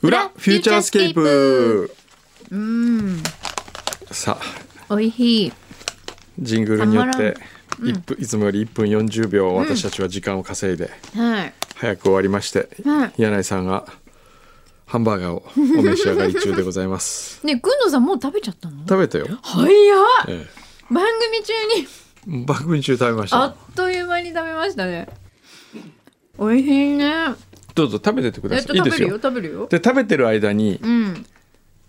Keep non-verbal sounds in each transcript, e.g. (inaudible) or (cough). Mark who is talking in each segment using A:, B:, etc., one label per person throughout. A: フューチャースケープ
B: うん
A: さあ
B: おいしい
A: ジングルによった
B: まら
A: て一分、いつもより1分40秒私たちは時間を稼いで
B: はい
A: 早く終わりまして、
B: うん
A: 柳井さんがハンバーガーをお召し上がり中でございま
B: (laughs)
A: す
B: ねくんどうさんもう食べちゃったの
A: 食べたよ、
B: 早っ
A: え
B: 番組中に
A: え、番組中食べまし
B: (laughs) あ
A: た
B: っという間に食べましたねおいしいね
A: どうぞ食べてってく
B: や
A: だ
B: っ
A: さ
B: と
A: いいいで
B: 食べ
A: す
B: るよ
A: よ
B: 食べるよ
A: で食べてる間に
B: うん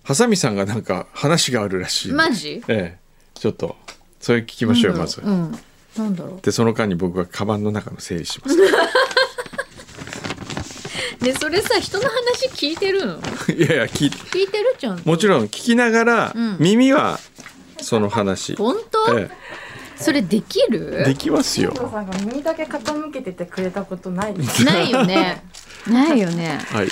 A: ハサミさんがなんか話があるらしい
B: マジ
A: ええちょっとそれ聞きましょうよまず、
B: うんなんだろ
A: でその間に僕がカバンの中の整理し
B: (laughs)
A: ます
B: うでそれさ人の話聞いてるの
A: いやいや聞いて
B: 聞いてるじゃんと
A: もちろん聞きながら、
B: うん
A: 耳はその話、
B: 本当、
A: え
B: それでき
A: え、
B: る
A: できますよ
C: お父さんが耳だけ傾けててくれたことないで
A: (laughs)
C: す
B: ないよねないよね
A: はい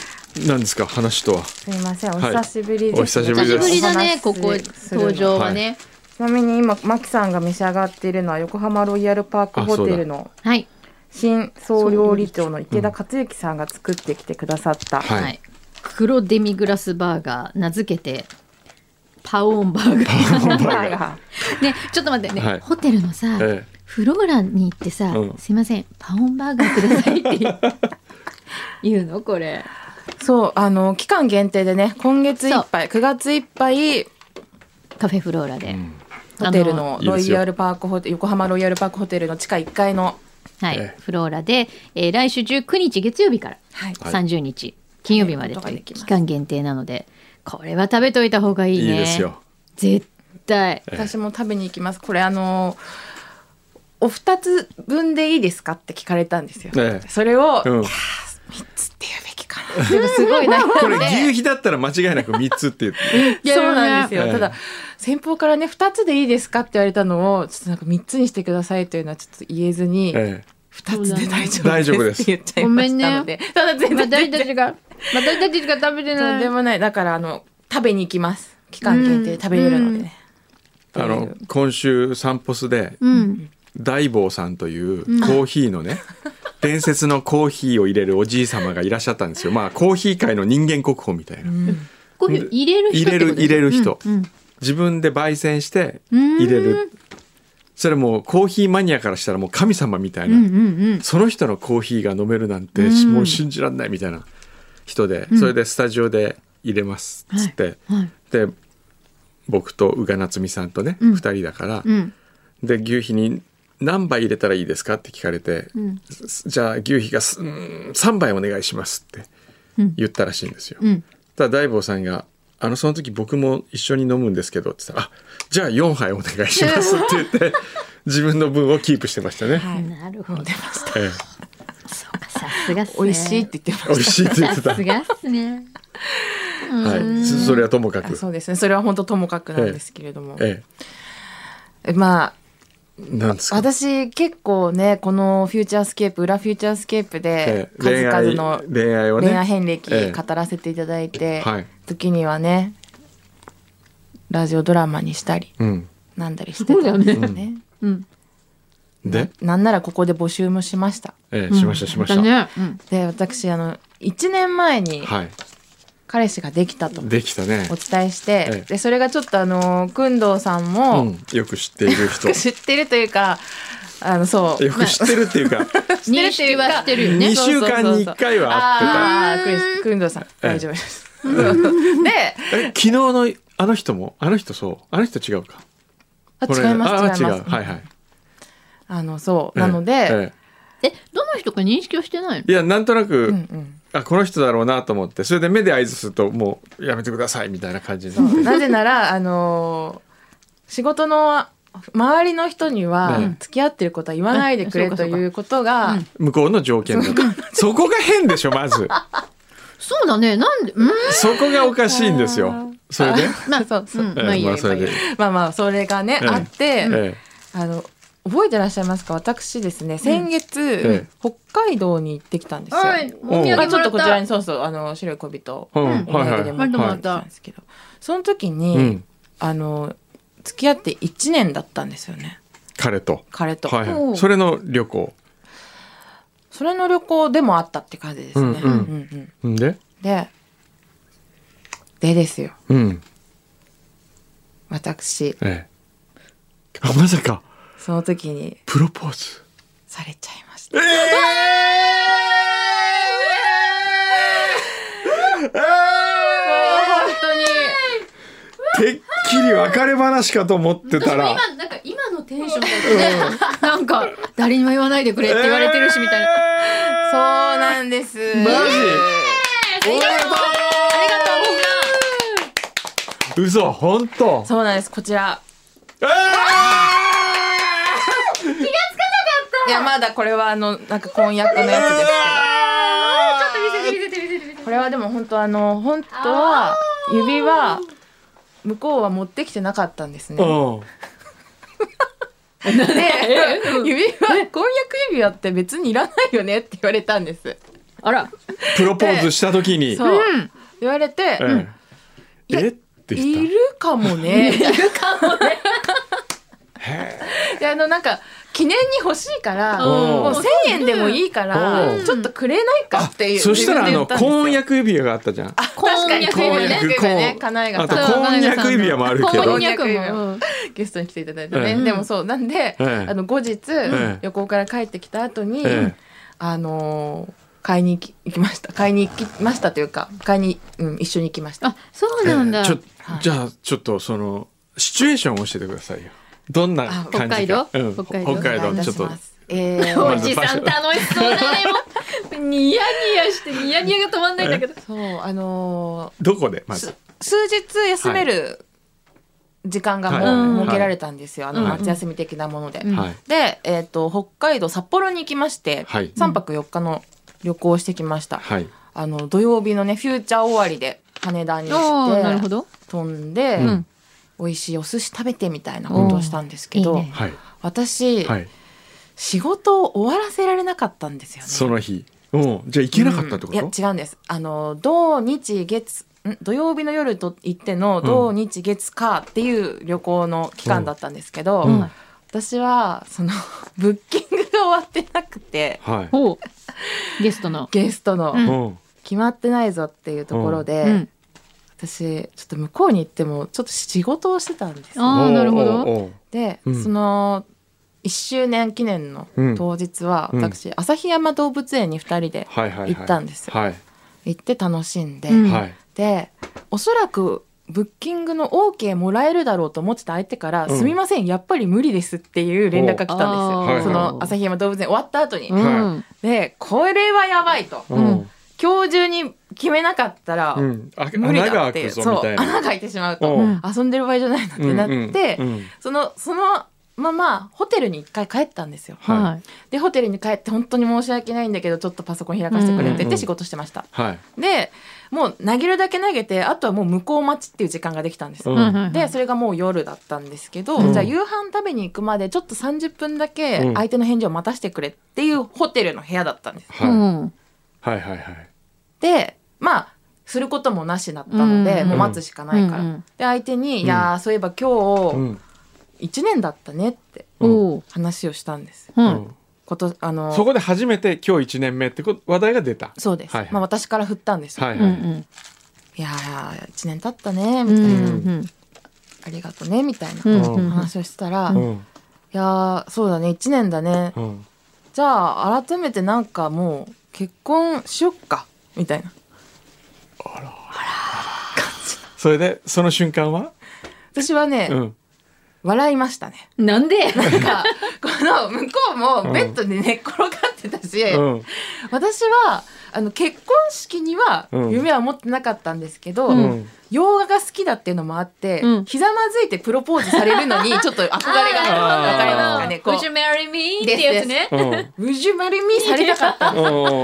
A: 何ですか話とは
C: すいませんお
A: はい
C: 久しぶりです、
A: お久しぶ
B: (laughs) 久
A: りです
B: しぶりだねここ登場はね
C: ちなみに今マキさんが召し上がっているのは横浜ロイヤルパークホテルの
B: はい
C: 新総料理長の池田克之さんが作ってきてくださった、
A: は
B: はいい、黒デミグラスバーガー名付けてパオーンバーガー
C: バーガ
B: (laughs) ねちょっと待ってね、
A: はい
B: ホテルのさ、
A: え
B: フローラに行ってさ「
A: うん
B: すいませんパオーンバーガーください」って言う言うの
A: (laughs)
B: これ
C: ーそうあの期間限定でね今月いっぱい9月いっぱい
B: カフェフローラ
A: え
B: で、
A: うん
C: ホテルの
A: あの
C: ロイヤルパークホテル横浜ロイヤルパークホテルの地下1階の
B: はい
A: ええ
B: フローラで、えー来週19日月曜日から
C: はい
A: はい
B: 30日、金曜日までという期間限定なのでこれは食べといた方がいい
A: いい
B: ね
A: ですよ
B: 絶対
A: え
C: 私も食べに行きますこれあのお二つ分でいいですかって聞かれたんですよ、
A: ええ
C: それを、
A: うん
C: いやー三つって言うべきかな (laughs) でもすごいな
A: これ牛皮だったら間違いなく3つって言って
B: いや
C: そうなんですよ、
A: ええ
C: ただ先方からね二つでいいですかって言われたのをちょっとなんか三つにしてくださいというのはちょっと言えず
B: (laughs)
C: に
A: え
C: 二つで大丈
A: そうだね大丈夫
C: 夫
A: で
C: ですす (laughs) って言っちゃいましたので、ただ
B: (laughs)
C: 全然
B: 私たちが私たちが食べて
C: と
B: なんい
C: でもないだからあの食べに行きます期間限定で食べれるのでね、
A: えあの今週散歩スで
B: うん
A: 大坊さんというコーヒーのね、伝説のコーヒーを入れるおじい様がいらっしゃったんですよまあコーヒー界の人間国宝みたいな、
B: コーヒー入れる人
A: 入れる
B: ってことでしょ
A: 入れる人
B: うんうん
A: 自分で焙煎して入れるそれもうコーヒーマニアからしたらもう神様みたいな、
B: うんうんうん
A: その人のコーヒーが飲めるなんて、
B: うん
A: もう信じらんないみたいな人で、それでスタジオで入れますっつって、
B: はい
A: で僕と宇賀夏美さんとね、
B: う
A: 二
B: ん
A: 2人だから、
B: うん
A: で牛皮に何杯入れたらいいですかって聞かれて、
B: ん
A: すじゃあ牛皮がすうーん3杯お願いしますって
B: うん
A: 言ったらしいんですよ。
B: うん
A: ただ大坊さんが「あのその時僕も一緒に飲むんですけど」って言ったら「あじゃあ4杯お願いします」って言っ
B: (laughs)
A: て自分の分をキープしてましたね。
C: はい
B: なるほど
A: ええ
B: そうかさすがっすね
C: 美味しいって言ってま
A: 美味
C: し
A: しいって言ってた
B: さ。すがっすね
A: はい、そそれはともか
C: た
A: く
C: あ。そうですねそれは本当ともかくなんですけれども、
A: え
C: まあ
A: え、なんですか。
C: 私結構ねこの「フューチャースケープ」裏「フューチャースケープ」で
A: ええ
C: 数
A: 恋
C: 々
A: 愛
C: の
A: 恋愛をね。
C: 恋愛遍歴
A: ええ
C: 語らせていただいて、
A: はい
C: 時にはねラジオドラマにしたり
A: うん。
C: なんだりしてたんですよね。
B: うん
A: で、
C: なんならここで募集もしました。
A: ええ、しましたしました。
B: だねうん
C: で私あの1年前に
A: はい、
C: 彼氏ができたと
A: できたね
C: お。伝えし
A: ええ
C: て、でそれがちょっとあの工藤さん
A: う
C: も、
A: ん、よく知っている
C: (laughs)
A: 人。
C: 知ってるというかあのそう
A: よく知ってるっていう
C: (laughs)
A: か、
C: 知ってるっていうか
B: 認識はしてるよね
A: 二週間に一回は
C: ああー、クリス、くんどうさん、大丈夫です。で、
A: え、昨日のあの人も、あの人そう、あの人違うか。
C: あ
A: これ
C: 違います、違い
A: あ
C: ま
A: 違
C: す。
A: う、はいはい。
C: あの、そう、なの
A: ええ
C: で、
A: え
B: えどの人か認識はしてないの
A: えいや、なんとなく、
C: うんうん
A: あ、この人だろうなと思って、それで目で合図すると、もうやめてくださいみたいな感じに
C: そ
A: なって
C: う、なぜなら、あのー、仕事の周りの人には
A: ええ、
C: 付き合ってることは言わないでく
B: え
C: れ
B: そうか
C: と
B: そうか
C: いうことが、
A: 向こうの条件だと。そこが変でしょ、ま
B: (laughs)
A: ず。
B: そうだねなんでうん
A: そこがおかしいんですよ。そ
C: (laughs)
A: れで。
B: まあ
C: そうそう
B: うん
A: ええ
B: まあいいや
A: まあそれで
B: いい
C: まあまあ、それがね、
A: ええ
C: あって、
A: え
C: あの、覚えてらっしゃいますか私ですね、先
A: え
C: 月、北海海道に行ってきたんですよ。
B: はいお土産も
C: ま
B: ら
C: あ
B: っ
C: ちょっとこちらに、
B: た
C: そうそう、あの、白い小人。
A: え、うん
B: うん
C: お土
A: はいは
C: 産
A: い
C: で
B: ま
C: も
B: あでも
C: ら
B: ら
C: っ
B: った
C: たんですけど、その時に、
A: うん
C: あの付き合って1年だったんですよね
A: 彼と。
C: 彼と、
A: はい
B: お
A: は
B: う
A: い。それの旅行。
C: それの旅行でもあったって感じですね、
A: うんうん
C: うんうん
A: んで。
C: ででですよ
A: うん
C: 私
A: ええあまさか
C: その時に
A: プロポーズ
C: されちゃいまし
A: え
C: た本当に
A: てっきり別れ話かと思ってたら
B: 今なんか今のテンションだとね、なんか誰にも言わないでくれって言われてるしみたいな。
A: な
C: そうなんです
A: マジおめでとう嘘本当
C: そうなんですこちら
A: え
C: いやまだこれはあのなんか婚約のやつですけど
A: ー
B: 見せて見せて見せて
C: これはでも本当あの本当は指輪向こうは持ってきてなかったんですね。
A: うん
C: で (laughs) 指輪婚約指輪って別にいらないよねって言われたんです。
B: あら、
A: プロポーズした時に
C: そう
B: うん
C: 言われて
A: ええ
C: いや
A: えって
C: い
A: 言っ
C: るかもね。
A: (laughs)
C: いるかもね。であのなんか記念に欲しいから
A: お
C: も
A: ー
C: う1,000円でもいいから
A: おー
C: ちょっとくれない
A: た
C: かっていう
A: そしたらあの婚約
C: 約
A: 指輪があったじゃん
C: 確かに
B: 婚約指輪ね
C: 婚約ねかなえが
A: あと
C: さん
A: 婚約指輪もあるけど
B: 婚約も。うん
C: (laughs) ゲストに来ていただいたね、
A: ええ
C: でもそうなんで、
A: え
C: あの後日、
A: え
C: 旅行から帰ってきた後に、
A: ええ
C: あのー買いに行き行きました買いに行きましたというか買いに、うん、一緒に行きました
B: あ、そうなんだ。
A: ちょ
C: はい
A: じゃあちょっとそのシチュエーションを教えてくださいよどんな感じか
B: あ北海道
A: うん
B: 北
A: 北
B: 海
A: 海
B: 道
C: お願いい
A: 道
C: た
A: ちょっ
C: し
A: と
C: ますえー
A: (laughs) ま
B: お
A: ず
B: じさん楽しそうだね。もうニヤニヤしてニヤニヤが止まんないんだ
C: (laughs)
B: けど。
C: そうあの
A: どこで
C: ー
A: まず
C: す数日休める時間がもう、
B: はい
C: 設けられたんですよあの
A: はい
C: 夏休み的なもので、
B: うん
A: はい
C: で、えー、と北海道札幌に行きまして、
A: はい
C: 3泊4日の旅行をしてきました、
A: はい
C: あの土曜日のねフューチャー終わりで羽田に
B: おーな
C: 行
B: る
C: っ
B: ほ
C: て
B: ど。
C: 飛んで、
A: うん
C: 美味しいお寿司食べてみたいなことをしたんですけど
B: おーいいね
A: はい
C: 私、
A: はい
C: 仕事を終わらせられなかったんですよね。
A: その日うんじゃあ行けなかったってこと
C: うんいや違うんですあの土日月ん土曜日の夜と言っての土日月火っていう旅行の期間だったんですけど、
A: うん
C: 私はその (laughs) ブッキングが終わってなくて
A: はい
B: ほう。ゲストの。
C: ゲストの
B: うん
A: うん
C: 決まってないぞっていうところで、
B: うん。
C: 私ちょっと向こうに行ってもちょっと仕事をしてたんですよ
B: あーなるほ
A: おうお
B: ど
A: うおう
C: で、
A: うん
C: その1周年記念の
A: うん
C: 当日は
A: うん
C: 私、旭山動物園に2人で
A: はいはいはい
C: 行ったんですよ
A: はい
C: 行って楽しんで、
B: うん
A: はい
C: でおそらくブッキングの OK もらえるだろうと思ってた相手から「
A: うん
C: すみませんやっぱり無理です」っていう連絡が来たんですよ、
B: お
A: はいはい
C: その旭山動物園終わった後に。
B: うん。
C: でこれはやばいと、
A: う
B: うん
A: ん
C: 今日中に決めなかったら
A: うんあ
C: 無理
A: 穴
C: だ
A: が
C: って
A: 開く
C: い
A: ぞ
C: うそう
A: みたいな
C: 穴が開いてしまう
A: お
C: と
A: う
B: うん
C: 遊んでる場合じゃないなってなって、
A: うんうんうん
C: そのそのままホテルに一回帰ったんですよ。
A: はい
B: はい。
C: でホテルに帰って本当に申し訳ないんだけどちょっとパソコン開かせてくれっ
A: う
C: て言っ
A: んう
C: て
A: ん
C: 仕事してました。
A: はい
C: でもう投げるだけ投げてあとはもう向こう待ちっていう時間ができたんですよ。
A: うん
B: はいはいはい
C: でそれがもう夜だったんですけど、
A: うん
C: じゃあ夕飯食べに行くまでちょっと30分だけ
A: うん
C: 相手の返事を待たせてくれっていうホテルの部屋だったんです。
A: はい
B: うん。
A: はいはいはい
C: でまあすることもなしだったので、
B: うん
C: もう待つしかないから。
B: うんうん
C: で相手に
A: う
C: 「
A: ん
C: いやーそういえば
A: う
C: 今
A: ん
C: 日1年だったね」って
B: おう。
C: 話をしたんです。
B: う。
A: うんん
C: ことあの
A: そこで初めて今日一年目ってこ話題が出た
C: そうです、
A: はいはい
C: まあ私から振ったんですよ、
A: は
B: う
A: い
B: んう
A: はい
B: ん。
C: い、やー1年経ったね
B: う
C: みたい
B: ん
C: な、
B: うん
C: ありがとねみたいな
B: うん。
A: うん
C: 話をしたら、
A: う
C: い
A: ん
C: やーそうだね1年だね
A: うん
C: じゃあ改めてなんかもう結婚しよっかみたいな
A: それでその瞬間は
C: 私はね、
A: うん
C: 笑いましたね
B: うん。なんで
C: なんかこの向こうもベッドで寝っ転がってたし、
A: うん
C: 私はあの結婚式には
A: うん
C: 夢は持ってなかったんですけど、
A: うん
C: 洋画が好きだっていうのもあって、
B: うん
C: ひざまずいてプロポーズされ
B: (laughs)
C: るのにちょっと憧れが
A: あー
C: わかりますかねこう
B: Would you marry me? っ
C: です
B: てやつね。
A: うん
C: 「無事丸み」されなかった
A: うん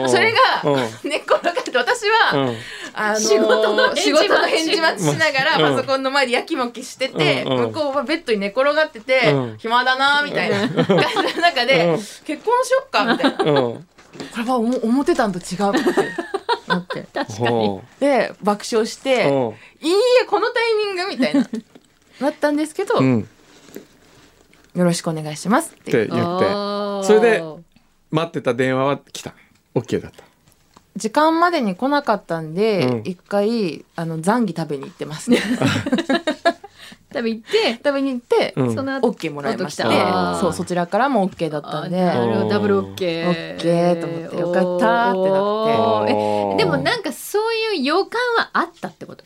C: それが
A: うん
C: 根っこがって私は、
A: うん
C: あのー
B: 仕事の返事待ち
C: 仕事の返事待ちしながら
A: うん
C: パソコンの前でやきもきしてて、
A: うんうん
C: 向こうはベッドに寝転がってて、
A: うん
C: 暇だなーみたいな感じの中で、
A: うん
C: 結婚しよっかみたいなこ
A: うん
C: れは思思ってたんと違うってなって
A: ほ
C: で爆笑して
A: ううん
C: 「いいえこのタイミング」
A: (laughs)
C: みたいななったんですけど、
A: うんっ
C: よろしくお願いします」っ
A: て
C: て
A: 言って
B: あー
A: それで待ってた電話は来た OK だった
C: 時間までに来なかったんで
A: うん
C: 一、回あのザンギ食べに行ってますね
B: 多分行って、
C: (laughs) 食べに行って、
A: うん
B: その後
C: OK もらいまし
B: あと
C: た
B: 来
C: ね
B: た
C: そうそちらからも OK だったんで
B: あなるほど
A: おー
B: ダブルオッケー。
C: オッケーと思ってよかったってな
B: おーえ
A: あー
B: でもなんかそういう予感はあったってこと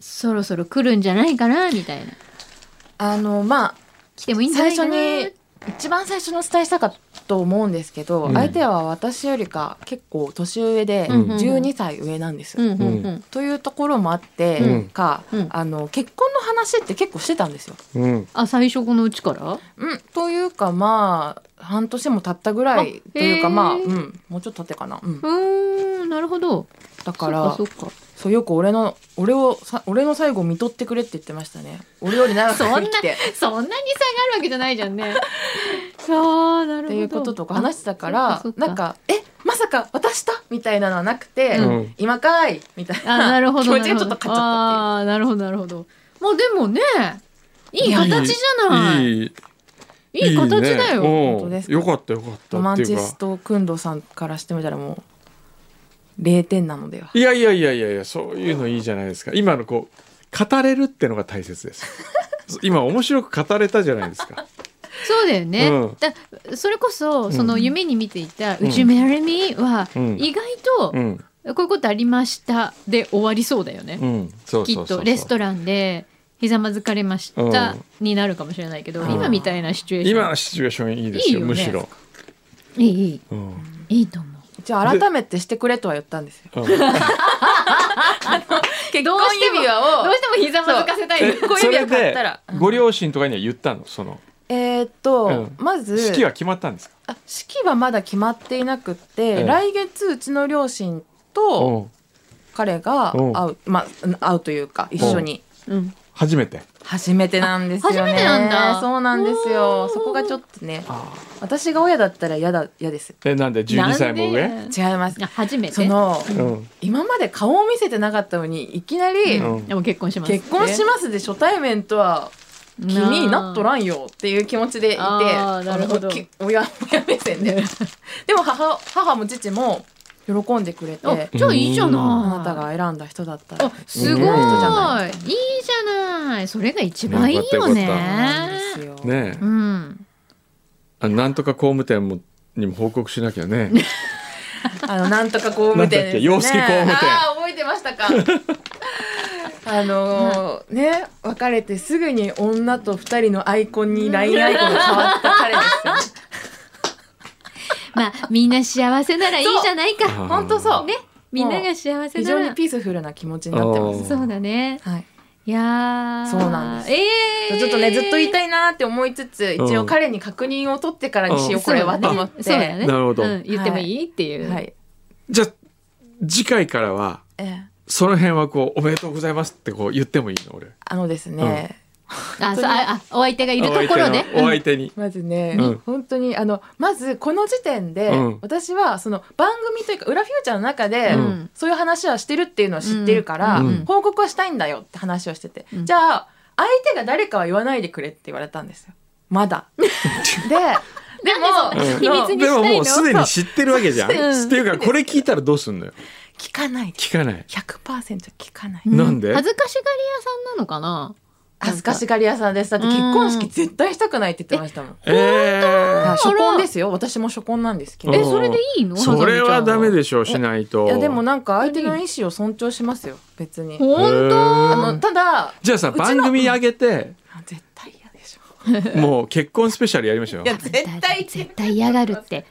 B: そろそろ来るんじゃないかなみたいな
C: あのまあ
B: 来てもいいんじゃな
C: 最
B: いか
C: 初
B: な
C: に一番最初にお伝えしたかと思うんですけど、
A: うん
C: 相手は私よりか結構年上で
B: うん
A: うん
C: 12歳上なんです。
B: うんうんう
A: うん
C: というところもあって、
A: うん
C: か、
B: うん
C: あの結婚の話って結構してたんですよ。
A: うん
B: あ最初このうちから
C: うん、というかまあ半年も経ったぐらい
B: あ
C: というか
B: へー
C: まあ、うん、もうちょっと経ってかな、うん
B: う、ーんなるほど
C: だから
B: そっかそっか
C: そうよく俺の俺をさ俺の最後を見とってくれって言ってましたね俺より長く生きて
B: そんなに差があるわけじゃないじゃんね (laughs) そうなるほど
C: っていうこととか話してたから
B: あそっかそっ
C: なんか「えまさか私と?」みたいなのはなくて「
A: うん
C: 今かい!」みたい
B: あな
C: な
B: るほ
C: 気
B: ど
C: 持ちがちょっと勝っちゃっ
B: ああーなるほどなるほどまあでもねいい
C: いや
B: 形じゃないいい
A: いい
B: 形だよ、
A: ねうん
C: 本当ですか
A: よかったよかってた
C: いうロマ
A: っ
C: ン
A: て
C: チ
A: いう
C: ス
A: か
C: ト君堂さんからしてみたらもう0点なのではい
A: やいやいやいやいやそういうのいいじゃないですか今のこう語れるってのが大切
B: (laughs)
A: です今面白く語れたじゃないですか
B: そうだよね、
A: うん
B: だそれこそその
C: うん
B: 夢に見ていた「
A: うん
B: 宇宙メラレミ」は
A: うん
B: 意外
A: うん
B: とこういうことありましたで終わりそうだよね、
A: うんそう
B: き
A: そ
B: っ
A: うそう
B: とレストランでひざまずかれました
A: うん
B: になるかもしれないけど、
C: うん
B: 今みたいなシチュエーション
A: 今のシチュエーションいいですよ
B: いいよね
A: むしろ、
B: いいいい
A: うん
B: いいと思う
C: 一応改めてしてくれとは言った
B: (laughs)
C: んですよ
A: うん
C: 結
B: どう
C: 婚
B: しても
C: 指輪を
B: どうしてもひざまずかせたい
A: え
B: こう
A: そ
B: いう
A: れ
B: 指輪買った
A: で
B: ら
A: ご両親とかには言ったのその
C: えーっと、
A: う
C: まず
A: 式は決まったんですか
C: あ式はまだ決まっていなくって、
A: ええ
C: 来月うちの両親と
A: うん
C: 彼が
A: うん
C: 会う,、まあ、会うというか一緒に
B: うん
A: 初めて
C: 初めてなんですよね
B: あ初めてなんだ
C: そうなんですよ
B: おー
C: そこがちょっとね私が親だったら嫌だ嫌です
A: えなんで12歳も上
B: なんで
C: 違います
B: あ初めて
C: その
A: うん
C: 今まで顔を見せてなかったのにいきなり
A: うん
B: でも結婚し
C: 「
B: ます
C: 結婚します」で初対面とは君になっとらんよっていう気持ちでいて
B: あーなるほど
C: あのき親親目線で (laughs) でも母母も父も喜んでくれ
B: あ
C: て
B: じゃあいいじゃない
A: うん
C: あなたが選んだ人だったら
B: あすごい、
A: うん
B: いいじゃないそれが一番いいよ
A: よ
C: なん
B: ね
C: ですよ
A: ねえ
B: うん
A: あなんとか工務店もにも報告しなきゃね
C: あのなんとか工務店ですね。
A: なんだっけ洋式工務店
C: ああ覚えて
A: (laughs)
C: ましたか。あのーね別れてすぐに女と二人のアイコンに LINE アイコンが変わった
B: (laughs)
C: 彼ですよ。
B: まあみんな幸せならいいじゃないか
C: 本当そう。
B: ねみんなが幸せ
C: 非
B: な
C: 常に
B: ら
C: ピースフルな気持ちになってま
A: あ
C: す。
B: そうだね
C: はい。
B: いやー
C: そうなんです
B: ええ
C: ちょっとねずっと言い
B: い
C: たいなーって思いつつ
A: うん
C: 一応彼に確認を取ってからにしよう
A: うん
C: これはと思っ
B: そうだ
C: て。
B: ね
A: なるほど
B: うん言ってもいいっていう、
C: はい。
A: じゃあ次回からは
C: ええ
A: その辺はこう「おめでとうございます」ってこう言ってもいいの俺
C: あのですね。
B: あそうああお相手がいるところで
A: お相手に
C: まずね、
A: うん
C: 本当にあのまずこの時点で、
A: うん
C: 私はその番組というか「裏フューチャー」の中で、
B: うん
C: そういう話はしてるっていうのは知ってるから、
A: うん
B: うん
C: 報告はしたいんだよって話をしてて、
B: うん
C: じゃあ相手が誰かは言わないでくれって言われたんですよま
A: (laughs)
C: だ。でで
B: なん
C: も
B: でそ
A: うん
B: 秘密に
A: で
B: したい
A: も
B: の
A: もうすでに知ってるわけじゃん。っ
B: そううん
A: ていうかこれ聞いたらどうすんのよ
C: 聞かない
A: 聞かない。
C: 100%聞かない。
B: う
A: なんで
B: 恥ずかしがり屋さんなのかな
C: 恥ずかしがり屋さんですだって結婚式絶対したくないって言ってましたもん。
A: えー
C: はい初婚ですよ私も初婚なんですけど。
A: うん
B: えそれでいいの
A: それはダメ
B: す
A: でしょうしないと。
C: いやでもなんか相手の意思を尊重しますよ別に。
B: 本当
C: あ
A: 当
C: のただ
A: じゃあさ
C: うちの
A: 番組上げて
C: あ絶対嫌でしょ。
A: もう結婚スペシャルやりましょう
C: いや
A: よ。
C: 絶対
B: 絶対嫌がるって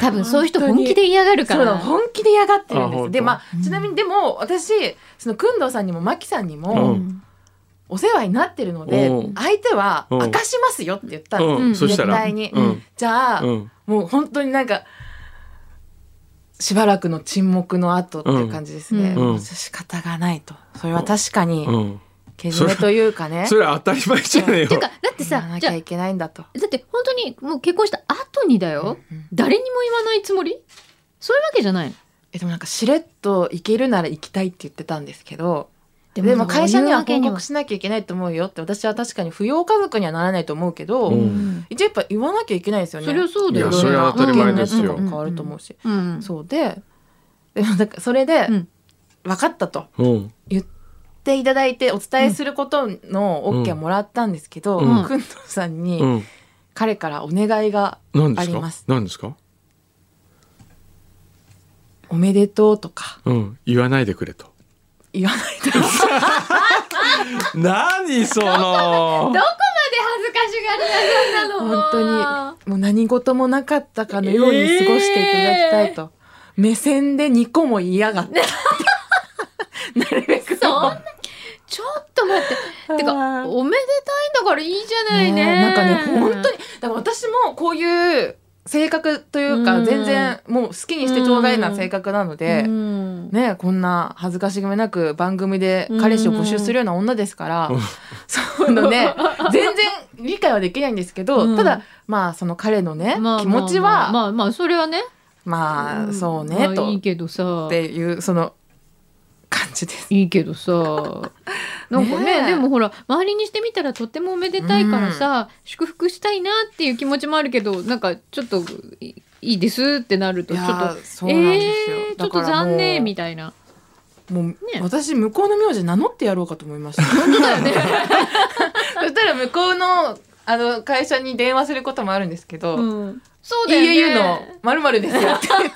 B: 多分そういう人本気で嫌がるか
C: そうな
B: ら
C: の本気で嫌がって
A: あ
C: るんで
A: 本
C: す
A: 当
C: でまあちなみにでも私その工藤さんにも真木さんに
A: う
C: も
A: ん
C: お世話になってるので
A: うん
C: 相手は
A: うん
C: 明かしますよって言ったの
A: う
B: うん
A: ん。そしたら。
C: 絶対に
A: うん。
C: じゃあ
A: うん。
C: もう本当になんかしばらくの沈黙の後っていう感じですね
B: うん
A: うん
C: もう仕方がないとそれは確かに
A: うん。
C: けじめというかね
A: それは当たり前じゃねえよ
B: て。かだって
C: 言わ
B: さ
C: なき
B: じゃ
C: ゃ
B: あ
C: いけないんだと
B: だって本当にもう結婚した後にだよ誰にも言わないつもりそういうわけじゃないの
C: えでもなんかしれっと行けるなら行きたいって言ってたんですけどでも
B: そういう
C: 会社には
B: わけ
C: 報
B: に
C: 告しなきゃいけないと思うよって私は確かに扶養家族にはならないと思うけど、
A: う
B: うんん
C: 一応やっぱ言わなきゃいけないですよね。
B: そりゃそうだよ
A: いやそれは当たり前ですよ
C: 意見のやつとか変わると思うし、
B: うん
C: そうででもなんかそれで
B: うん
C: 分かったと
A: うん
C: 言っていただいてお伝えすることの
A: うん
C: OK をもらったんですけど、
A: うん
C: くんどうさん
A: う
C: に
A: ん
C: 彼からお願いが
A: 何で
C: あ
A: す
C: り
A: か
C: ます
A: 何ですか
C: 「おめでとう」とか
A: うん言わないでくれと
C: 言わないと
A: 何その
C: (laughs)
B: どこまで恥ずかしがり屋さんなの
C: 本当にもう何事もなかったかのように過ごしていただきたいと、目線で2個も嫌がってなるべく
B: (laughs) そんなちょっと待ってて
C: あ
B: か
C: ー
B: おめでたいんだからいいじゃないね
C: え (laughs) なんかね本当にだから私もこういう性格というか、
B: うん
C: 全然もう好きにしてちょうだいな性格なので、
B: うん
C: ねこんな恥ずかしげもなく番組で彼氏を募集するような女ですから、
A: うん
C: そういうのね全然理解はできないんですけど、
B: うん
C: ただまあその彼のね、
B: まあ
C: 気持ちはまあ、
B: まあまあまあそれはねん
C: そうね、
B: まあ
C: と
B: い
C: っ
B: いけどさ
C: ていうその感じです。
B: いいけ
C: (laughs)
B: どさなんかね
C: ねえ
B: でもほら周りにしてみたらとってもおめでたいからさ、祝福したいなっていう気持ちもあるけどなんかちょっといいいですってなると
C: い
B: ちょ
C: や
B: っ
C: ー
B: と。
C: そうなんですよ、
B: えーちょ
C: だ
B: っと
C: からもう
B: 残念みたいな。
C: もう、私向こうの名字名乗ってやろうかと思いました。
B: (laughs)
C: (laughs) そしたら向こうのあの会社に電話することもあるんですけど、
B: うん、そうだよね。
C: EUU のまるまるですよって言って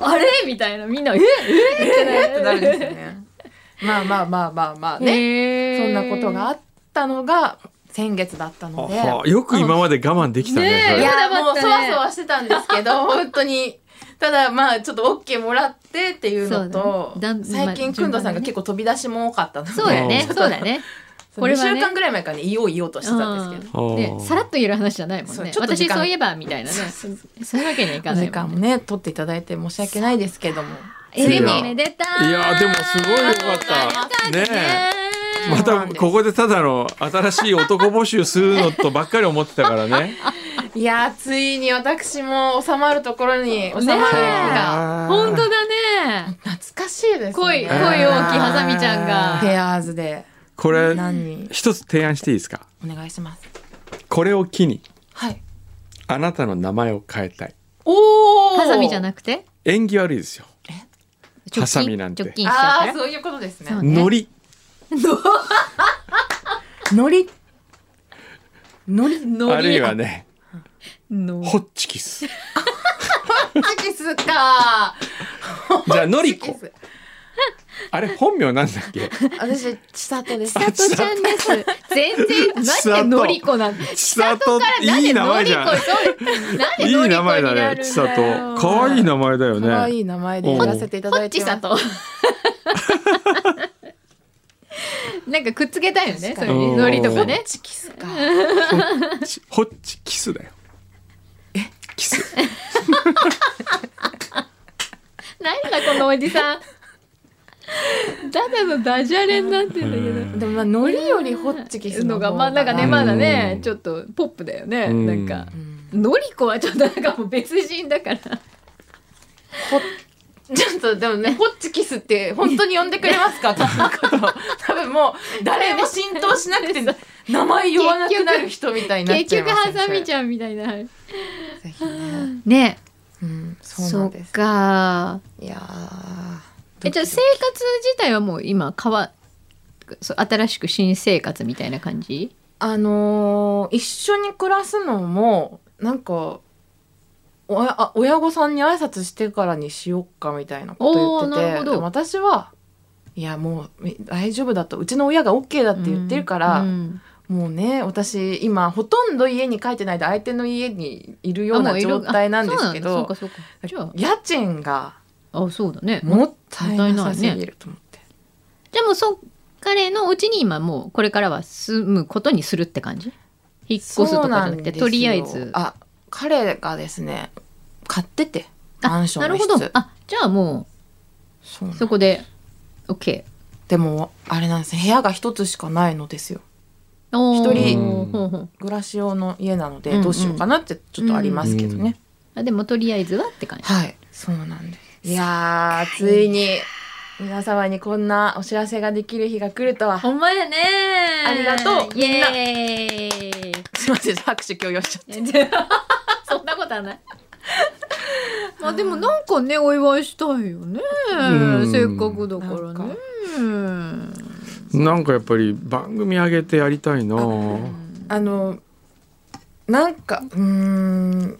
B: あれみたいなみんなえええ
C: えーってなるんですよ
B: ね。
C: ね。まあまあまあまあまあね、
B: ね
C: そんなことがあ
B: っ
C: ったのが先月だったので。
A: はあよく今まで我慢できた
B: ねえ
C: い
A: ね
C: やもう
B: やばかったね
C: そわそわしてたんです
B: (laughs)
C: けど本当にただまあちょっと OK もらってっていうのと
B: そうだねだん
C: 最近
B: まあ
C: くんどうさんが
B: 順番にね
C: 結構飛び出しも多かったので
B: そうだね
A: う
B: そうだ
C: (laughs)
B: ね。これはね
C: 2週間ぐらい前からね言おう言おうとしてたんですけど、
A: それ
B: ねさらっと言える話じゃないもん
C: そう
B: ね。
C: ちょっと時
B: 私
C: 間
B: そういえばみたいなね。そういうわけにはいか
C: お
B: ない
C: 時
B: も
C: 間
B: ん
C: も
B: ね。
C: ね取っていただいて申し訳ないですけども
B: え
A: つい
B: でも
A: や
B: おめでたい。
A: いやでもすごいよかったねえま
C: そう
A: た
C: なんです
A: ここでただの新しい男募集するのとばっかり思ってたから
C: (laughs)
A: ね。
C: いやーついに私も収まるところに収まる日が、
A: あー
B: 本当だね。
C: 懐かしいですね
B: 恋
A: 大きい
B: 恋ハサミちゃんが
C: ペアーズで
A: これ
C: 何
A: 一つ提案していいですか
C: お願いします
A: これを機に
C: はい
A: あなたの名前を変えたい
C: おお
B: ハサミじゃな
C: く
B: くて
A: 縁起悪いですよ
B: 直近
A: ハサミなんて
B: 直近しちゃう
C: ああー
B: から。
C: そういうことですね
B: そうね
A: のり
C: のりのりの
A: あるいはね
B: の
A: ホッチキスじ
C: チキスか
A: ゃあのり
C: チキ
A: こ
C: ス
A: あれ本名なんだっ
C: (laughs)
A: け
C: 私ちさとです
B: 千里ちゃんです。全然待
A: 千
B: って
A: 里
B: のりこなんて。
A: 千
B: 千里
A: 里
B: からな
A: い
B: んで
A: い名
B: の
A: 前
B: り
A: じ
B: こ
A: ゃん
B: そうなんで
A: い
B: の
A: い
B: り
A: 名
B: こ
A: 前
B: になるんだ
A: だ
B: よ。
A: ね千里可愛い名前だよ
C: 可愛
A: ね
C: い名前でやらせていただいて
B: ち
C: ます
B: さ
A: (laughs)
B: と。なんかくっつけたいよね。そ
C: 確か
B: れ
C: に
B: にのりとか
A: う
B: ね
A: ん。
C: チキスか
A: ホッチキスだよえキス
B: 何だこのおじさん。ただのダジャレになってんだけど。
C: でもまあのりよりホッチキス
B: の
C: の
B: が
C: 方
B: まあなんかね
A: うん
B: まだねちょっとポップだよね。
A: うん
B: なんか
C: ん
B: のりこはちょっとなんかもう別人だから。
C: ほちょっとでもねホッチキスって本当に呼んでくれます (laughs) か多分こと多分もう誰も浸透しなくて名前呼ばなくなる人みたいになっ
B: 結
C: ちゃい
B: 局
C: ます
B: ハサミちゃんみたいな。
C: ゃんぜひね
B: ね。
C: うんそう
B: そ
C: なん
B: う
C: です
B: か。
C: いやー
B: えじゃあ生活自体はもう今変わそう新しく新生活みたいな感じ
C: あのー一緒に暮らすのもなんかおやあ親御さんに挨拶してからにしよっかみたいなこと言って
B: おーな
C: て
B: るほど
C: でも私はいやもうみ大丈夫だとうちの親が OK だって言ってるから、
B: うん
C: もうね私今ほとんど家に帰ってないで相手の家にいるよう
B: あも
C: な
B: ういる
C: 状態なんですけ
B: あそう
C: ど
B: なんだそうかそうかじゃ
C: 家賃が
B: ああそうだね
C: もったいなさすぎると思って、
B: じゃあもうそ彼のうちに今もうこれからは住むことにするって感じ引っ越すとかじゃなくて
C: ですよ
B: とりあえず
C: あ彼がですね買ってて
B: あ
C: マンショ
B: な
C: ンの
B: る
C: 一
B: ほ
C: 室
B: どあじゃあも
C: そうな
B: う
C: の
B: そこで OK
C: でもあれなんですね部屋が一つしかないのですよ
B: おー
C: 一人
B: ほうほう
C: 暮らし用の家なの
B: うんう
C: で
B: ん
C: どうしようかなってちょっとありますけどね、
A: うんうん
B: あでもとりあえずはって感じ
C: はいそうなんですいやーついに皆様にこんなお知らせができる日が来るとは (laughs)
B: ほんまやね
C: ありがとう
B: イ
C: みんな
B: エーイ
C: すいません拍手強要しちゃっ
B: そんなことはない。 (laughs) まあでもなんかねお祝いしたいよね
A: うん
B: せっかくだから
C: なんか
B: ね
A: なんかやっぱり番組上げてやりたいな
C: あのなんかうーん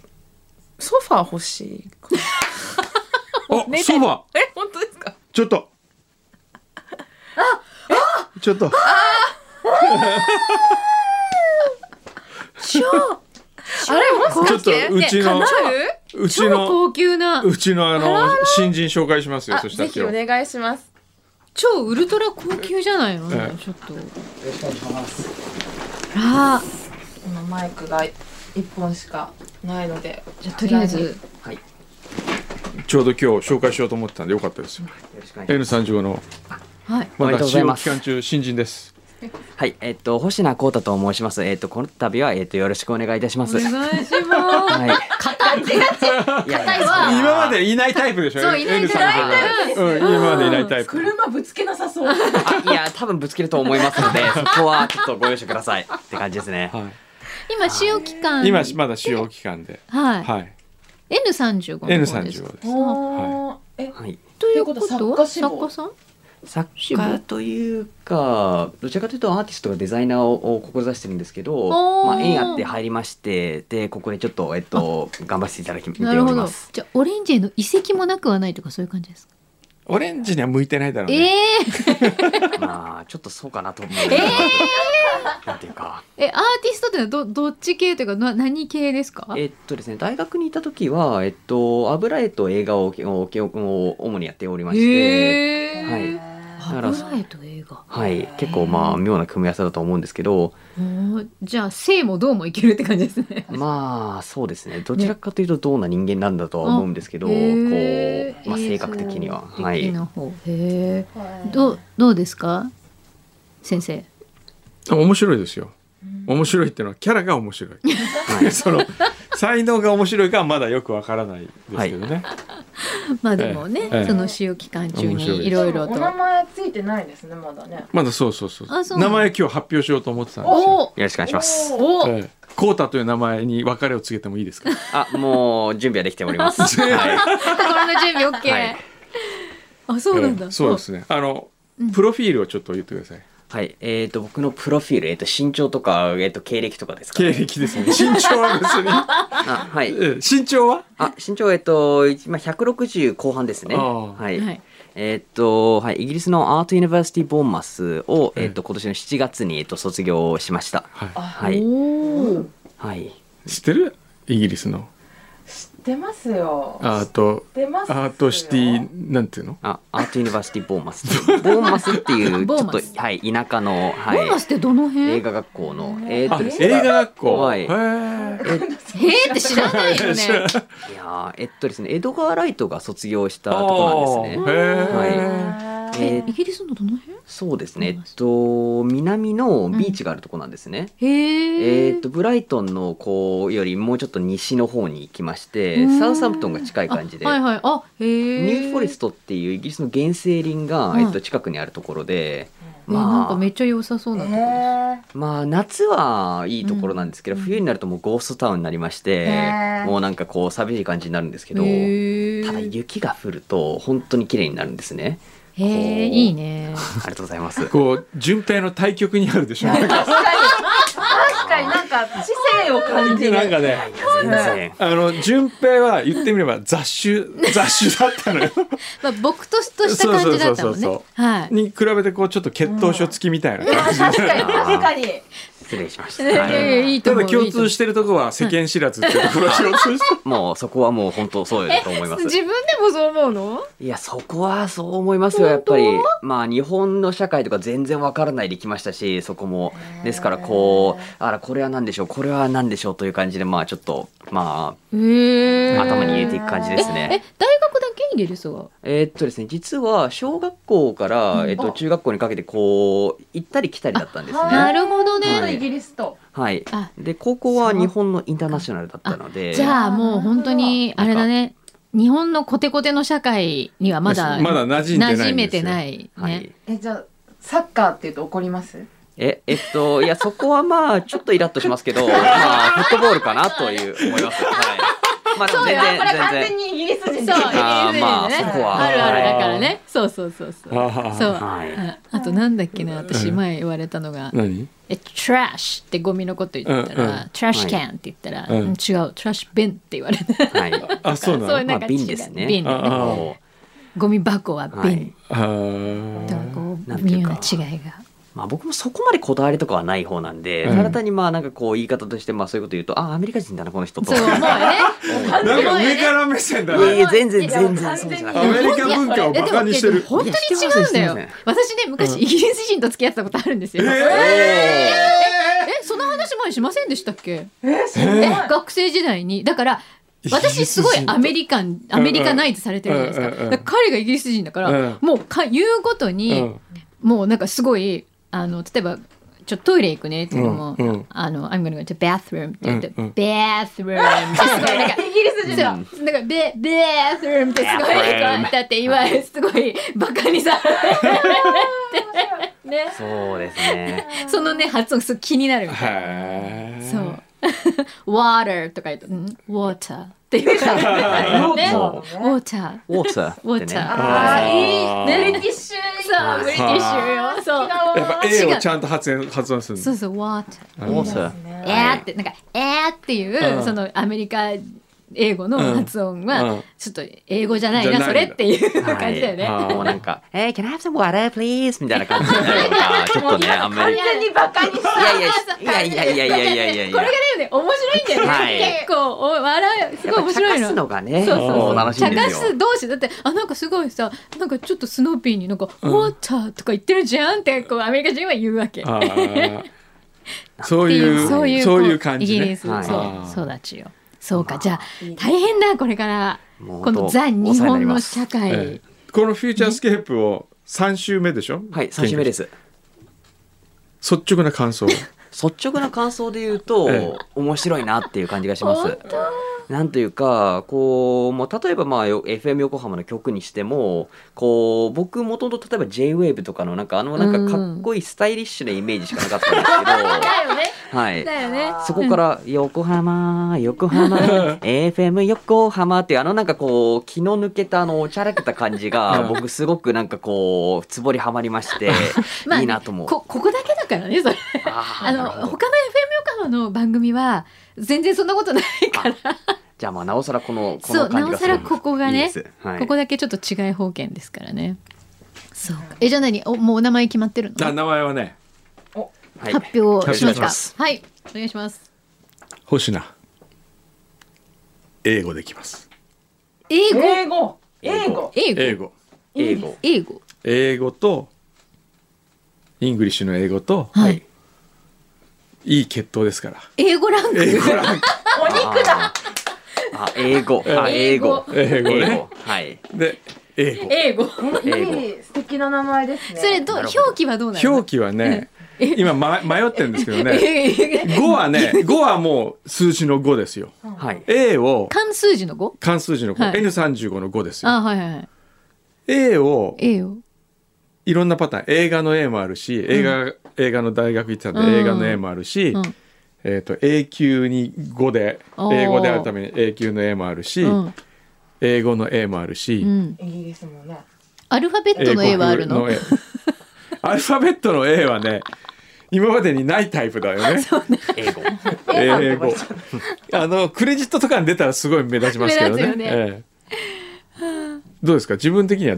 C: ソファー欲しいか
B: (laughs)
C: な
A: あ
B: ね
A: ソファ
C: え本当ですか
A: ちょっとえちょっと
B: 超
C: あれもし
A: ちょ
C: か
A: っ
C: し
A: と
C: て
A: うちのうち
B: 超
A: の
B: 高級な
A: うちのあの新人紹介しますよ
C: あ
A: そした
C: ぜ
A: ら
C: ひ
A: 今
C: お
A: 日
C: 願いします
B: 超ウルトラ高級じゃないの
A: ええ
B: ちょっと
D: よろしくお願いします。
B: あら
C: このマイクが一本しかないので
B: じゃあとりあえず
D: はい。よ
A: ちょうど今日紹介しようと思ってたんでよかったですよ
D: ろしくお願いします。
A: N35 の
B: はい
A: ま
D: おめ
A: だ
D: でとうござ
A: 使
D: い
A: 用
D: ま
A: 期
D: す
A: 間中新人です
D: はい、えっと、星名光太と申します。えっと、この度は、えっと、よろしくお願いいたしま
B: お
D: す。はい。
B: 願いします
D: いやいや
B: 硬いわあー
A: 今までいないタイプでしょ
B: そういないタ
A: イプうん今までいないタイプ
C: 車ぶつけなさそう
D: あいや、多分ぶつけると思いますの (laughs) で、そこはちょっとご容赦ください。 (laughs) って感じですね。
A: は
B: (laughs) 今使用期間
A: い今まだ使用期間で
B: はい
A: はい
B: N35 の方です
A: N35 です
C: おーえ
D: はい。
B: ということ
C: ということ
B: は作家
C: は作家志望
B: さん
D: 作家というか、どちらかというとアーティストがデザイナーをを志してるんですけど、
B: おー
D: まあ、縁あって入りまして、で、ここでちょっと、えっと、頑張らせていただき、見て
B: な
D: お
B: るほ
D: りま
B: ど
D: す。
B: じゃあオレンジへの移籍もなくはないとかそういう感じですか
A: オレンジには向いてないだろう
B: え
A: ね
B: え
D: まあ、ちょっとそうかなと思う。なんていうか。
B: え、アーティストってのはどどっち系というかな何系ですか？
D: えっとですね、大学にいた時は、えっと、油絵と映画ををを主にやっておりまして、
B: へー
D: はいだから
B: 油絵と映画。
D: はい、結構まあ妙な組み合わせだと思うんですけど、
B: おーじゃあ性もどうもいけるって感じですね。
D: まあそうですね、どちらかというとどうな人間なんだとは思うんですけど、こ
B: へー
D: う、まあ、性格的には、
B: 映像
D: は
B: 的
D: い。
B: な方へーどうどうですか、先生。
A: 面白いですよ面白いってのはキャラが面白い (laughs)
D: はい
A: その才能が面白いかはまだよくわからないですけどね、
B: まあでもね、
A: ええええ
B: その使用期間中
A: 面白いで
B: に
A: す
B: いろいろ
C: お
B: と。
C: 名前ついてないですねまだね
A: まだそうそうそう
B: あそう
A: 名前今日発表しようと思ってたんですよ、
B: おお
D: よろしくお願いします。
B: おー
A: ええコータという名前に別れを告げてもいいですか
D: あ、もう準備はできてお
B: (laughs)
D: ります。はい、
B: 心の準備オッケ
D: は
B: ー
D: い。
B: あ (laughs) そうなんだ。
A: ええそうですねあのプロフィールをちょっと言ってください
D: はい、えっと僕のプロフィール、えっと身長とか、えっと経歴とかですか、
A: 経歴
B: (laughs)
A: ですね身長は別に
D: あ、はい。
A: ええ身長は
D: あ、身長、えっと、今160後半ですね。
A: ああ
D: はい。
B: はい。
D: えーっと、はい、イギリスのアートユニバーシティボーンマスを、
A: ええ
D: えーっと、今年の7月に、えーっと、卒業しました。
A: は
D: は
B: お
D: い。
B: お。
D: はい。
A: い知ってるイギリスの
C: 知ってますよ
A: アート
C: 知ってますよ
A: アートシティなんていうの
D: あ、アートユニバーシティボーンマス。ボーンマスっていう、ち
B: (laughs)
D: ょ
B: ボーン
D: っ
B: マ
D: と
B: ス、
D: はい、田舎の、は
B: ボーナ
D: い
B: スっ、てどの辺？
D: 映画学校の、えーっ
A: あ
D: とです
A: 映
D: ね、
A: 画学校
D: はい
A: へえ
B: へーって知らな
A: (laughs)
B: いよね。
D: いやーえっとですね、エドガー・ライトが卒業した
A: あ
D: とこなんですね。
A: ーへえ、
C: へー
D: え
B: え
D: ー
B: イギリスのどの辺？
D: そうですね、えっと、南のビーチがあるとこなんですね。
B: へ
D: えー、とブライトンのこうよりもうちょっと西の方に行きまして
B: うん
D: サウサンプトンが近い感じで、
B: あはいはい。あ、へえ。
D: ニューフォレストっていうイギリスの原生林が、
B: うん
D: えっと、近くにあるところで、
B: えなんか
D: ま
B: め
D: あ
B: っちゃ良さそうなとこです。
C: へ
D: まあ、夏はいいところなんですけど、
B: うん
D: 冬になるともうゴーストタウンになりまして、
C: へー
D: もうなんかこう寂しい感じになるんですけど、
B: へえ。
D: ただ雪が降ると本当に綺麗になるんですね。
B: へえ、いいね。
D: (laughs) ありがとうございます。
A: こう順平の対局にあるでし (laughs) ょ
C: 確かになんか知性を感じる
A: なんかね
D: 全然
A: あの順平は言ってみれば雑 (laughs) 種雑種だったのよ
B: まあ僕としとした感じだったも
A: そうそ
B: ん
A: うそう
B: ね
A: そ。
B: はい。
A: に比べてこうちょっと血統書付きみたいな感じ、(laughs)
C: 確かに確かに
D: 失礼しました。
B: いやい
D: はい
B: やいいと
A: た
B: 思う。
A: だ共通してるとこは世間知らずっていうところは共通してる
D: もうそこはもう本当そうだと思います。
B: 自分でもそう思うの？
D: いや、そこはそう思いますよ、やっぱり。まあ、日本の社会とか全然わからないで来ましたし、そこも。ですから、こう、あら、これは何でしょう、これは何でしょうという感じで、まあ、ちょっと、ま
B: へえ。
D: あ、頭に入れていく感じです
B: え、
D: ね。
B: 大学だけイギリスは？
D: えーっとですね、実は、小学校から、えっと、中学校にかけて、こう、行ったり来たりだったんです
B: な
D: ね。
B: るほどね
D: はい
C: イギリスと
D: はい
B: あ。
D: で、高校は日本のインターナショナルだったので、
B: じゃあもう本当にあれだね。日本のコテコテの社会にはまだ
A: まだ馴染んでないんですよ
B: 馴染めてない
D: は
B: ね
D: い。。
C: えじゃあサッカーって言うと怒ります
D: え、えっと、いや、そこはまあ、ちょっとイラッとしますけど、まあ、フットボールかなという、思います。はい。まあでも
B: そう
D: 全
B: よ
D: 然
C: これ
D: 全
C: 完
D: 然
C: 全にイギリス人
B: そう
C: だ
D: あーまあ
B: イギリス人でね
D: そこは
B: あるあるだからねそうそうそうそう
A: あー
B: そう
D: はい
B: ああとなんだっけな私
A: うん
B: 前言われたのが
A: 何
B: え、トラッシュってゴミのこと言ったら、
A: うんうん
B: トラッシュキャンって言った
A: は
B: ら、
A: い
B: うん違う、トラッシュ瓶って言われて、
D: はい
A: あそうなの
D: まあ瓶ですね
B: 瓶だね
A: ああ
B: ゴミ箱は瓶、
D: はい
A: あ
B: とか
A: ー
B: こう
D: なんてい
B: 微
D: う
B: 妙
D: か
B: な違いが。
D: まあ、僕もそこまでこだわりとかはない方なんで、
A: うん
D: ただ単にまあなんかこう言い方としてまあそういうこと言うとあアメリカ人だなこの人
B: そ
D: と
B: う思うよね。
A: なんか上から目線だ
D: いやい
A: ね
D: や全然全
C: いや
D: 然そうじゃ
A: (laughs)
D: な
A: ア
D: く
A: メ
D: て
A: リカ文化をバカにして
B: いや
A: る
B: でも本当に違うんだよ
D: いやしてませんしてません。
B: 私ね昔、
A: うん
B: イギリス人と付き合ってたことあるんですよ。えその話前しませんでしたっけ？え学生時代にだから。私すごいアメリカンアメリカナイズされてるじゃないですか,、
A: うんうんうん
B: だから彼がイギリス人だから、
A: うん
B: もうか言うごとに、
A: うん
B: もうなんかすごいあの例えばちょっとトイレ行くねっていうのも、
A: うんうん
B: あの I'm gonna go to bathroom って言って、
A: うんうん
B: bathroom ってすごいなんか
C: イギリス人
B: そうなんかベベースルームってすごいなんかだって今すごいバカに
C: (laughs)
B: さね
D: そうですね
B: そのね発音すごい気になるみたい
A: は
B: なそう (laughs) 「water」とか言うと「ん water」っていう
C: (laughs)
B: 感じね
D: も
B: 「water
D: うウォーターって
B: Water
D: ね
C: あーいい
A: ね
C: ブリティッシュ」
B: そうブリティッシュよそう
A: やっぱ A をちゃんと発音発音する
B: そ
A: の
B: うそう「water」
D: ウォータ
B: 「
D: ー
B: えー」ってなんか「えー」っていううんそのアメリカ英語の発音
A: うんう
B: は
A: ん
B: ちょっと英語じゃない
A: じゃ
B: な
A: ない
B: そ
A: んだ
B: れっていう
D: はい
B: 感じだよね。
D: もうなんか「 (laughs) え can I have some water please」みたいな感じになるとかちょっとねあんま
C: 完
D: りい
C: 全にバカにした
D: やいやいやいやいやいやいやいやい
B: これが
D: や
B: だよね面白いんだよね、
D: はい
B: 結構お笑うす
D: や
B: ごい
D: っぱ
B: 面
D: り茶
B: 白
D: 化
B: い
D: すの
B: の。
D: がね
B: そうそう
A: そう
D: 楽しい
B: 茶
D: んで
B: 化
D: すよ
B: す同士だってあなんかすごいさなんかちょっとスノーピーになんか「ウォーター」とか言ってるじゃんってこうアメリカ人は言うわけ。
A: あー (laughs) そうい
B: そうういう
A: そうい
B: こ
A: う感
B: イ
A: じ
B: ギリ
A: ね
B: ス、
D: はい
B: そう育ちよ。そうかじゃあ大変だこれから
D: もう
B: この
D: どう
B: ザ日本の社
A: え
B: 会、
A: えこのフューチャースケープを三週目でしょ
D: はい3週目ですす
A: 率直な感想
D: 率直な感想で言うと、
A: え
D: 面白いなっていう感じがしま
B: 本
D: す。なんというかこう、まあ、例えば、まあ、よ FM 横浜の曲にしてもこう僕もともと例えば JWAVE とかのなんかあのなんかかっこいいスタイリッシュなイメージしかなかったんですけ
B: (laughs)
D: ど、
B: だよね
D: はい、
B: だよね。
D: そこから横浜、横浜、FM 横浜っていうあのなんかこう気の抜けたあのおちゃらけた感じが
A: うん
D: 僕すごくなんかこうつぼりはまりまして、
B: (laughs) まあね
D: いいなと思う。
B: こここだけだからねそれ。
D: あー
B: あの
D: なる
B: 他
D: ほ
B: の FM
D: ど
B: 横浜の番組は全然そんなことないから。
D: じゃあまあなおさらこのこ
B: そ
D: の
B: う
D: 感
B: な
D: じ
B: お
D: がす
B: さ
D: ご
B: ら
D: く
B: ここがね
D: いいですはい
B: ここだけちょっと違い方言ですからねそうかえじゃあ何おもうお名前決まってるの
A: あ名前はね
D: はい
B: 発表しま
A: 発表しま
B: すか
A: す
B: はいお願いします
A: 星名英語できます
B: 英語
C: 英語英
D: 英
C: 語
D: 語
B: 英語
A: 英語
D: 英語
B: 英語
A: 英語とイングリッシュの英語と
B: はい
A: いい血統ですから
B: 英語ランク
A: 英語ランク
C: お肉だ
D: あーあ英語あ英語
A: 英語ね
D: はい
A: で英語
B: 英語
D: 英語
C: いい素敵な名前ですね
B: それどう
D: なる
B: 表
D: ほど
B: 記はどうなの
A: 表記はね今、ま、迷ってるんですけどね
B: 記
A: 5はね5はもう数字の5ですよ
D: はい。
A: A を
B: (laughs) 漢数字の語
A: 関数字の5、
B: はい
A: N35 の5ですよ
B: あはいはいはい
A: A を
B: 英語
A: いろんなパターン映画の A もあるし映画,、映画の大学行ってたんで、
B: うん
A: 映画の A もあるし、
B: うん
A: えー、と永久に語で
B: おー
A: 英語であるために永久の A もあるし、
B: うん
A: 英語の A もあるし、
B: うん
C: イギリスもね
B: アルファベッ
A: 英
B: ト
A: 国
B: の A はあるの
A: A (laughs) アルファベットの A はね今までにないタイプだよ
B: (laughs)
A: ね
D: 英語。
A: 英語あのクレジットとかに出たらすごい目立ちますけど
B: 目
A: ね
B: 立つよね
A: ええどうですか自分的には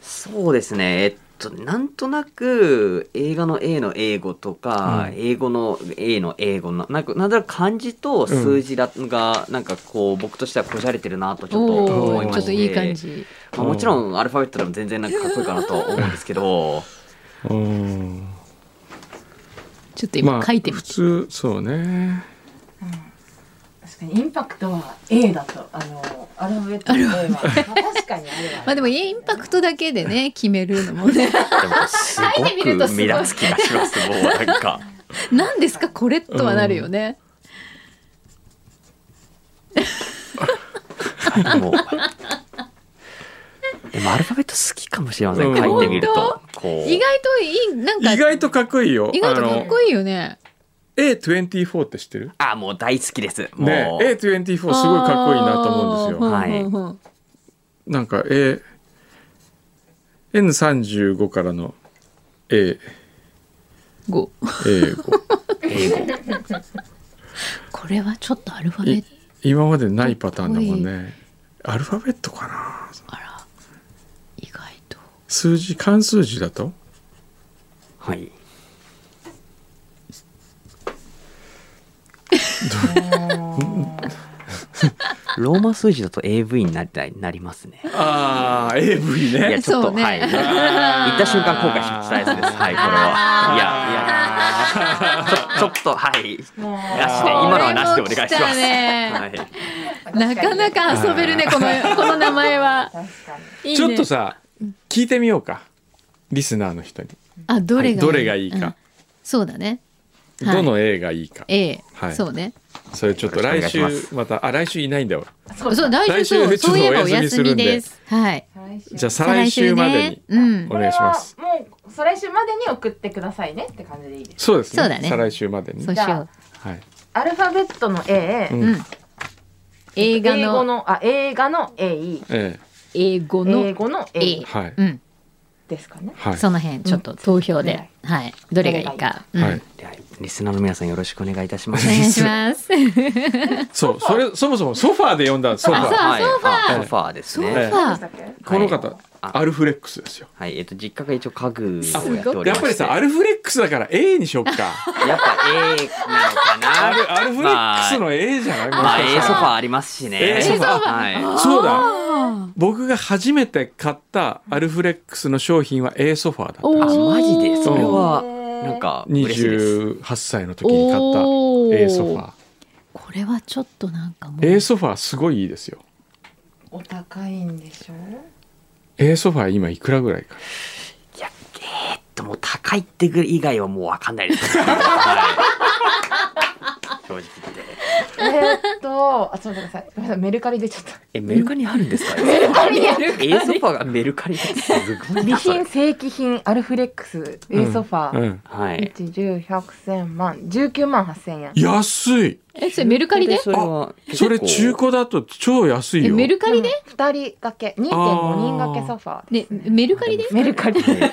D: そうですね。えっとなんとなく映画の A の英語とか、
A: うん
D: 英語の A の英語のなんかなんだろう漢字と数字だ、がなんかこう僕としてはこじゃれてるなとちょっと
B: お
D: 思い
B: お
D: ま
B: ちょ
D: し。
B: ってといい感じ
D: まあもちろんアルファベットでも全然なんかかっこいいかなとは思うんです
B: (laughs)
D: けど。
A: うん
B: ちょっと今書いてみ
A: 普
B: て
A: 通そうね
C: 確かにインパクトは A だとあのアルファベットの A はまあ確かにあれは
B: まあでもインパクトだけで
A: (laughs)
B: ね決めるのもね (laughs)
D: でもすご
B: てみると
D: く
B: すごい
D: 目立つ気がします。もうなんか。
B: 何ですかこれとはなるよね、
D: はい、もう。でもアルファベット好きかもしれませ。
A: うんん
D: 書いてみると
B: 本。
D: こう
B: 意外といいなんか
A: 意外とかっこいいよ
B: 意外とかっこいいよね
A: A24 って知ってる
D: あ、もう大好きです。もう、
A: ね A24 すごいかっこいいなと思うんですよ。
D: はい
B: は
A: なんか A N35 からの A
B: い。五。
A: A5
B: これはちょっとアルファベット。
A: 今までないパターンだもんねアルファベットかな
B: あら。意外と。
A: 数字漢数字だと
D: はい。 (laughs) ローマ数字だと AV になりたいなりますね。
A: ああ AV
D: いや、
B: (laughs)
D: ちょ
B: そ
D: っと、
B: うね
D: はい。言っ
A: あー
D: た瞬間後悔しましたやつです。はい、これは。いや、いや、ちょちょっと、はい。
C: もう
D: なしで、今のはなしでお願いします。
B: これも来たね
D: はい。
B: なかなか遊べるね、この、この名前は。
C: 確かに
B: い
A: (laughs)
B: いね
A: ちょっと。さ聞いてみようかリスナーの人に
B: あ、どれがいい。
A: どれがいいか
B: うんそうだね。はい
A: どの A がいいか
B: A
A: はい。
B: そうね。
A: それちょっと来週またあ来週いないんだわ
C: そう
B: そう、来週そ
A: 来週ちょ
B: う、
A: っ
B: そ
A: と
B: ういえば
A: お
B: お
A: 休みす
B: 休
A: る
B: み
A: んで
B: です。はい。
A: じゃあ
C: あ
A: 再来週までに
B: 再来週ねうん
A: お願いします
C: これはもう再来週までに送ってくださいねって感じでいいです
A: そうです
B: そう
A: ね
B: だね
A: 再来週までに
B: そうしよ
C: じゃ
B: う
C: あ。
A: はい
C: アルファベットの A、
A: うん
B: うん。映画
C: 英語
B: の
C: のあ映画の A
A: え
B: 英語
C: 英
B: の
C: 語の
A: え
C: A
A: はい
B: うん
C: ですかね
A: はい
B: その辺ちょっと投票で、はい、どれがいいか、うん
A: はい
D: ではリスナーの皆さんよろしくお願いいたしま
B: お
D: す。
B: 願いします。
A: そうそれそもそもソファーで読んだソフ
B: あ
A: ァ
B: そ
A: ー
B: う
D: はい
B: ソファー
D: あソファーです
B: ソファ
D: ね
B: ー。
C: 何でしたっけ
A: この方
D: はい
A: アルフレックスですよ
D: はい、えっと実家が一応家具をやっておりま
A: やっ
D: し
A: ぱり
D: て
A: さアルフレックスだから A にしよっか
D: やっぱ A なのかな
A: アルアルフレックスの A じゃないもし
D: まあ
A: かし
D: A
A: た
D: ソ
A: ら
D: ファーありますしね。
A: A ソファー
D: はい。
A: そうだ
B: あ
A: 僕が初めて買ったアルフレックスの商品は A ソファーだった
B: おー
D: あマジでそれは
C: うん
D: なんか嬉しいです。
A: 28歳の時に買った
B: おー
A: A ソファー
B: (laughs) これはちょっとなんかもう、
A: A ソファーすごいいいですよ
C: お高いんでしょ
A: A ソファー今いくらぐらいか
D: いやえーっともう高いってぐらい以外はもうわかんないです。はい正直言って。
C: えーっとあちょっと待ってくださいごめんなさいメルカリ出ちゃった
D: えメルカリにあるんですか。メルカリにある。A ソファーがメルカリですすごい
C: 備
D: なそれ
C: 品。正規品アルフレックス A ソファ
A: う
C: ー
A: ん
D: はい。
C: 1 0 1 0 0万19万8000円
A: 安い
B: えそれメルカリで
D: それは結構
A: それ中古だと超安い
B: え
A: よ
B: メルカリで、
C: 2人掛け2.5人掛けソファー
B: ね
C: です、ね
B: メルカリで
C: メルカリ
D: はい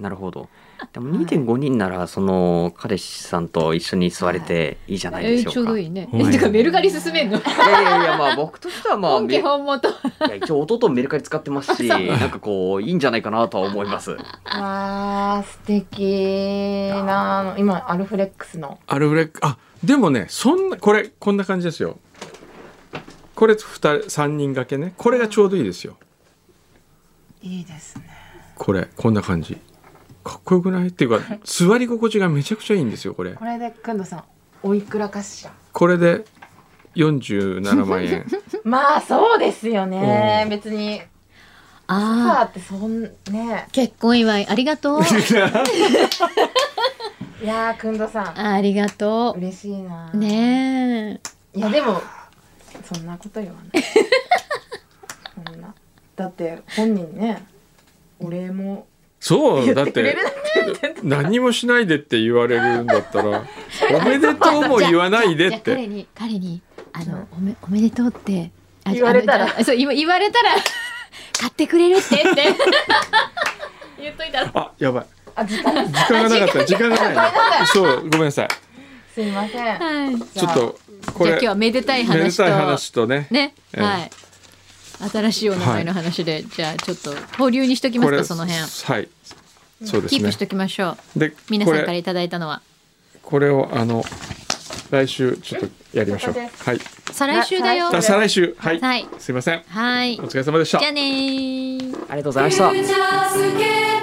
D: なるほど。でも2.5人ならその彼氏さんと一緒に座れていいじゃない
B: え
D: でしょうか。
B: ーちょうどいいね。
A: はい
B: えてかメルカリ進めんの。
D: いやいやいやまあ僕としてはまあ
B: 本
D: め
B: 家
D: い
B: 本元。
D: や一応弟もメルカリ使ってます (laughs) しなんかこういいんじゃないかなとは思います。
C: あー素敵なあの今アルフレックスの
A: アルフレックあでもねそんなこれこんな感じですよこれ2人3人掛けねこれがちょうどいいですよ
C: いいですね
A: これこんな感じかっこよくないっていう
B: (laughs)
A: か座り心地がめちゃくちゃいいんですよこれ
C: これでくんどさんおいくらかしら
A: これで47万
B: (laughs)
A: 円
C: まあそうですよね、
A: うん
C: 別にソ (laughs) ファー
B: ああ
C: ってそんね
B: 結婚祝いありが (laughs) とう。
C: いやーくんどさん
B: あありがと
C: 嬉しいな
B: う。ねえ。
C: いやでもそんなこと言わないそんなだって本人ねお礼も
A: そうだっ
C: くれ
A: て
C: る
A: 何もしないでって言われるんだった
B: (laughs)
A: ら「おめでとう」も言わないで
B: じゃ
A: っ
B: あ彼
A: て
B: に彼にあ
C: う
B: の
C: ん
B: おめおめでとうってあ
C: 言われたら
B: あの (laughs) あそう言わ言われたら買ってくれるってって
A: (laughs)
B: 言っといたら
A: あやばい
C: (laughs) あ時間
A: 時間がなか
B: (laughs)
A: った時間がないそうごめんなさい
C: すいません
B: はいじ
A: ち
B: ゃ
A: ょっとこ
B: あ今
A: れ
B: 日はめでたい
A: めで
B: 話と
A: たい話とね
B: ね、
A: ええ
B: はい新しいお名前の話で、じゃあちょっと保留にしときま
A: こ
B: す
A: れ
B: かその辺
A: はいそうで
B: キ
A: す
B: ープ
A: ね
B: しときましょう
A: で
B: 皆
A: こ
B: さんから
A: れ
B: いただいたのは
A: これをあの来週ちょっとやりましょう
C: うん
A: はい
B: 再来週だよ
C: あ
A: あ
C: 再
A: 再来週はい
B: はい
A: すいません
B: はい
A: お疲れ様でした
B: じゃあねー
D: ありがとうございました。
E: 「フューチャースケープ」